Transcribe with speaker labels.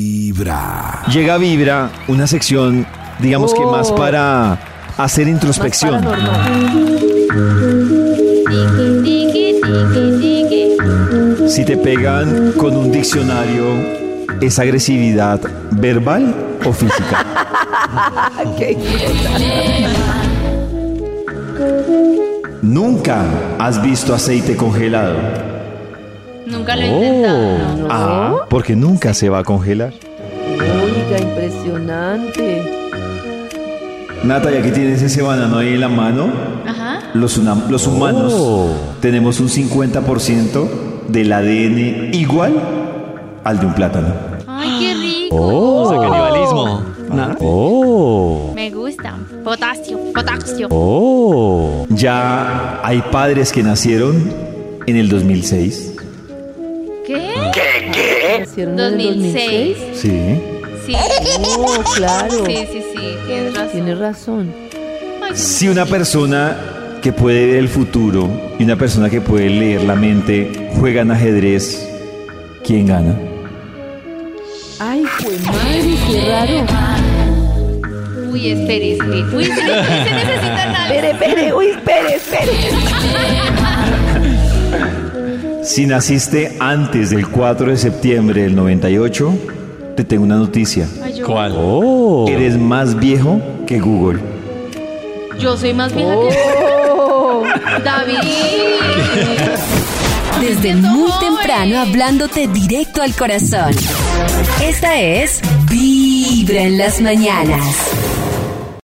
Speaker 1: Vibra.
Speaker 2: Llega Vibra, una sección, digamos que más
Speaker 3: Oh.
Speaker 2: para hacer introspección. Si te pegan con un diccionario, ¿es agresividad verbal o física? Nunca has visto aceite congelado.
Speaker 4: Nunca lo he intentado.
Speaker 2: Ah, porque nunca se va a congelar.
Speaker 3: Oiga, impresionante.
Speaker 2: Nata, ya que tienes ese banano ahí en la mano,
Speaker 4: Ajá.
Speaker 2: los, una- los humanos tenemos un 50% del ADN igual al de un plátano.
Speaker 4: Ay, qué rico.
Speaker 5: O
Speaker 4: Oh.
Speaker 5: sea, canibalismo.
Speaker 4: Me gusta. Potasio, potasio.
Speaker 2: Oh. Ya hay padres que nacieron en el 2006.
Speaker 4: ¿Qué? Eh,
Speaker 3: Nacieron en el
Speaker 4: 2006.
Speaker 2: Sí.
Speaker 4: Sí.
Speaker 3: Oh, claro.
Speaker 4: Sí, sí, sí. Tienes razón.
Speaker 3: Tiene razón.
Speaker 4: Ay, qué
Speaker 2: Si una persona que puede ver el futuro y una persona que puede leer la mente juegan ajedrez, ¿quién gana?
Speaker 3: Ay, fue madre, qué raro.
Speaker 4: Uy, espere, espere. Uy, se, se necesita
Speaker 3: Espere,
Speaker 4: análisis.
Speaker 3: espere, uy, espere, espere.
Speaker 2: Si naciste antes del 4 de septiembre del 98, te tengo una noticia.
Speaker 4: Ay, yo,
Speaker 5: ¿Cuál?
Speaker 2: Eres más viejo que Google.
Speaker 4: yo soy más vieja que David.
Speaker 6: Desde
Speaker 4: siento
Speaker 6: muy
Speaker 4: joven.
Speaker 6: temprano hablándote directo al corazón. Esta es Vibra en las mañanas.